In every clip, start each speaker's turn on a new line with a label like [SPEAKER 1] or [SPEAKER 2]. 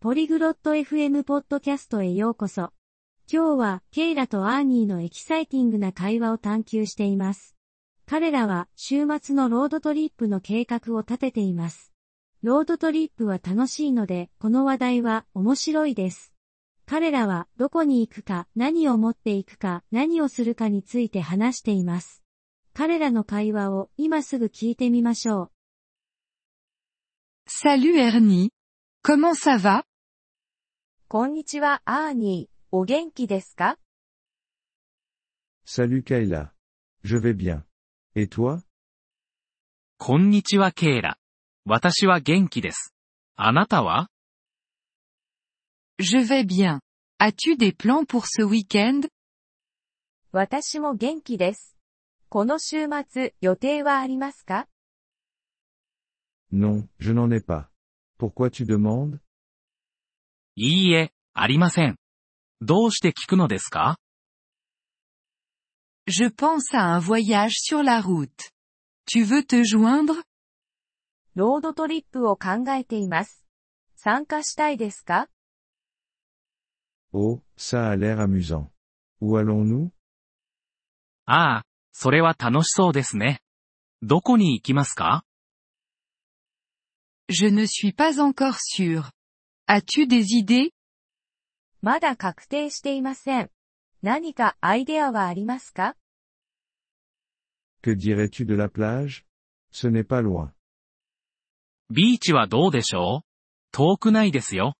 [SPEAKER 1] ポリグロット FM ポッドキャストへようこそ。今日は、ケイラとアーニーのエキサイティングな会話を探求しています。彼らは、週末のロードトリップの計画を立てています。ロードトリップは楽しいので、この話題は面白いです。彼らは、どこに行くか、何を持っていくか、何をするかについて話しています。彼らの会話を、今すぐ聞いてみましょう。
[SPEAKER 2] Salut Ernie. Comment ça va
[SPEAKER 3] こんにちは、アーニー。お元気ですか
[SPEAKER 4] Salut Kayla. Je vais bien. Et toi
[SPEAKER 5] こんにちはケイラ。私は元気です。あなたは
[SPEAKER 2] Je vais bien. As-tu des plans pour ce week-end
[SPEAKER 3] 私も元気です。この週末、予定はありますか
[SPEAKER 4] Non, je n'en ai pas. Pourquoi tu demandes
[SPEAKER 5] いいえ、ありません。どうして聞くのですか
[SPEAKER 2] Je pense à un voyage sur la route. Tu veux te joindre
[SPEAKER 3] ロードトリップを考えています。参加したいですか
[SPEAKER 4] Oh, ça a l'air amusant. Où allons-nous
[SPEAKER 5] ああ、それは楽しそうですね。どこに行きますか
[SPEAKER 2] Je ne suis pas encore sûr. As-tu des idées
[SPEAKER 3] まだ確定していません。何かアイデアはありますか
[SPEAKER 4] Que dirais-tu de la plage Ce n'est pas loin.
[SPEAKER 5] ビーチはどうでしょう遠くないですよ。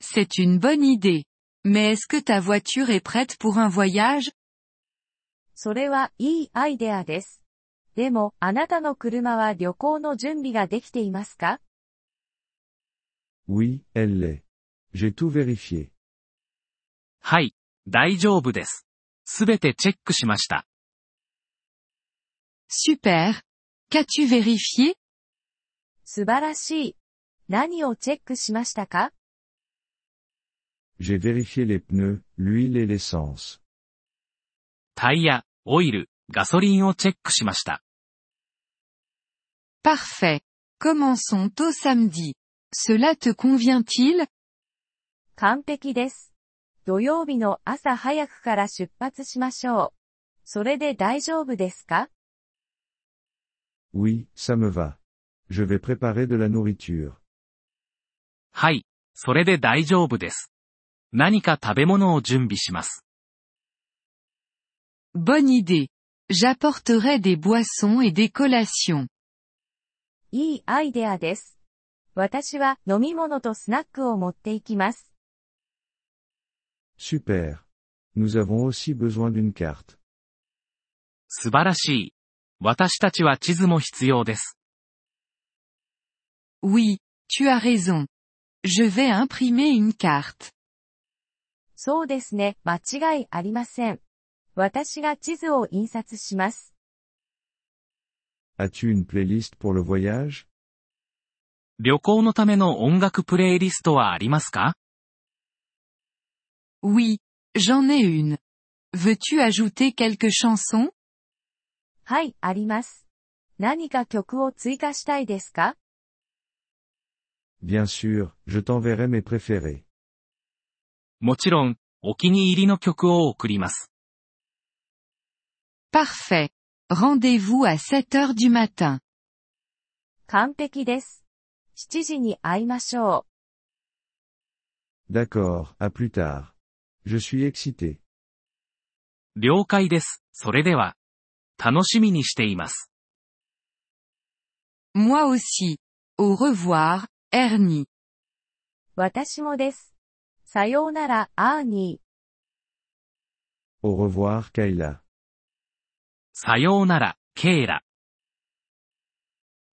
[SPEAKER 2] C'est une bonne idée. Mais est-ce que ta voiture est prête pour un voyage
[SPEAKER 3] それはいいアイデアです。でも、あなたの車は旅行の準備ができていますか
[SPEAKER 4] Oui, elle l'est. J'ai tout vérifié.
[SPEAKER 5] はい、大丈夫です。すべてチェックしました。
[SPEAKER 2] Super. Qu'as-tu vérifié
[SPEAKER 3] 素晴らしい。何をチェックしましたか
[SPEAKER 4] J'ai vérifié les pneus, l'huile et l'essence.
[SPEAKER 5] タイヤ、オイル、ガソリンをチェックしました。
[SPEAKER 2] Parfait. Commençons tôt samedi. Cela te convient-il
[SPEAKER 3] 完璧です。土曜日の朝早くから出発しましょう。それで大丈夫ですか
[SPEAKER 4] Oui, ça me va. Je vais préparer de la nourriture.
[SPEAKER 5] はい、それで大丈夫です。何か食べ物を準備します。
[SPEAKER 2] Bonne idée. J'apporterai des boissons et des collations.
[SPEAKER 3] いいアイデアです。私は飲み物とスナックを持っていきます。
[SPEAKER 4] Super. Nous avons aussi besoin d'une carte.
[SPEAKER 5] 素晴らしい。私たちは地図も必要です。
[SPEAKER 2] Oui, tu as raison. Je vais imprimer une carte.
[SPEAKER 3] そうですね、間違いありません。私が地図を印刷します。
[SPEAKER 4] As-tu une playlist pour le voyage
[SPEAKER 5] 旅行のための音楽プレイリストはありますか
[SPEAKER 2] Oui, j'en ai une. Veux-tu ajouter quelques chansons
[SPEAKER 3] はい、あります。何か曲を追加したいですか
[SPEAKER 4] Bien sûr, je t'enverrai mes préférés.
[SPEAKER 5] もちろん、お気に入りの曲を送ります。
[SPEAKER 2] Parfait. Rendez-vous à 7 heures du matin.
[SPEAKER 3] 完璧です。7時に会いましょう。
[SPEAKER 4] D'accord, à plus tard. Je suis excité.
[SPEAKER 5] 了解です。それでは、楽しみにしています。
[SPEAKER 2] Moi aussi. Au revoir, Ernie.
[SPEAKER 3] 私もです。さようなら、アーニー。
[SPEAKER 4] Au revoir, Kayla.
[SPEAKER 5] さようなら、ケイラ。